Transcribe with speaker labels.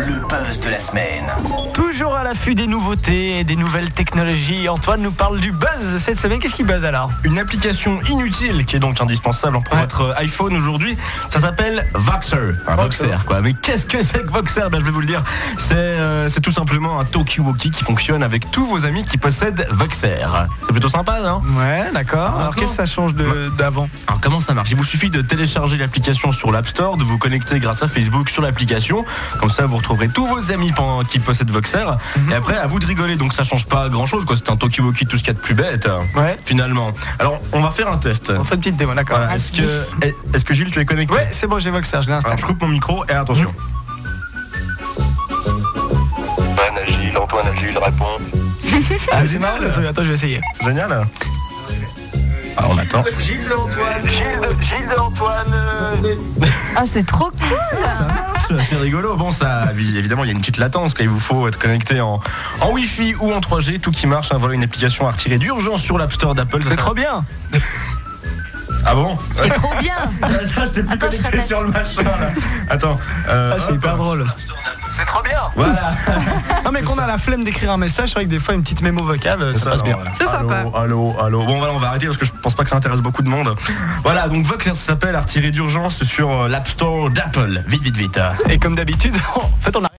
Speaker 1: le buzz de la semaine.
Speaker 2: Toujours à l'affût des nouveautés et des nouvelles technologies. Antoine nous parle du buzz cette semaine. Qu'est-ce qui buzz alors
Speaker 3: Une application inutile qui est donc indispensable pour votre iPhone aujourd'hui, ça s'appelle Voxer. Enfin,
Speaker 2: Voxer.
Speaker 3: Voxer quoi. Mais qu'est-ce que c'est que Voxer ben, Je vais vous le dire. C'est euh, c'est tout simplement un talkie-walkie qui fonctionne avec tous vos amis qui possèdent Voxer. C'est plutôt sympa, non
Speaker 2: Ouais, d'accord. Alors
Speaker 3: Maintenant-
Speaker 2: qu'est-ce que ça change de- d'avant
Speaker 3: Alors comment ça marche Il vous suffit de télécharger l'application sur l'App Store, de vous connecter grâce à Facebook sur l'application. Comme ça, vous retrouverez tous vos amis pendant qui possèdent Voxer. Et après, à vous de rigoler. Donc ça change pas grand-chose. quoi. C'est un Tokiwoki tout ce qu'il y a de plus bête. hein.
Speaker 2: Ouais.
Speaker 3: Finalement. Alors, on va faire un test.
Speaker 2: On fait une petite démo, d'accord.
Speaker 3: Voilà. Est-ce que, est-ce que Gilles, tu es connecté
Speaker 2: Ouais, c'est bon, j'ai Voxer, je l'installe.
Speaker 3: Alors, je coupe mon micro et attention.
Speaker 1: Antoine Agile, Antoine Agile répond.
Speaker 2: Ah, c'est marrant le truc. Attends, je vais essayer.
Speaker 3: C'est génial. Alors, on attend.
Speaker 2: Gilles Antoine.
Speaker 1: Gilles, Gilles Antoine. euh,
Speaker 4: Ah, c'est trop cool
Speaker 3: C'est assez rigolo. Bon, ça, oui, évidemment, il y a une petite latence. Quand il vous faut être connecté en, en Wi-Fi ou en 3G, tout qui marche. hein. voilà une application à retirer d'urgence sur l'App Store d'Apple. Ça,
Speaker 2: C'est
Speaker 3: ça-
Speaker 2: trop bien.
Speaker 3: Ah bon
Speaker 4: C'est trop bien
Speaker 3: Ça, je t'ai plus
Speaker 4: Attends, je
Speaker 3: connecté
Speaker 4: répète.
Speaker 3: sur le machin. Là. Attends. euh,
Speaker 2: Ah, c'est
Speaker 3: hop.
Speaker 2: hyper drôle.
Speaker 1: C'est trop bien.
Speaker 3: Voilà.
Speaker 2: Non, mais qu'on a la flemme d'écrire un message, c'est vrai que des fois, une petite mémo vocale, ça passe bien.
Speaker 3: C'est sympa. Allô, allô. Bon, voilà, on va arrêter parce que je pense pas que ça intéresse beaucoup de monde. Voilà, donc Vox, ça s'appelle à retirer d'urgence sur euh, l'App Store d'Apple. Vite, vite, vite.
Speaker 2: Et comme d'habitude, en fait, on a.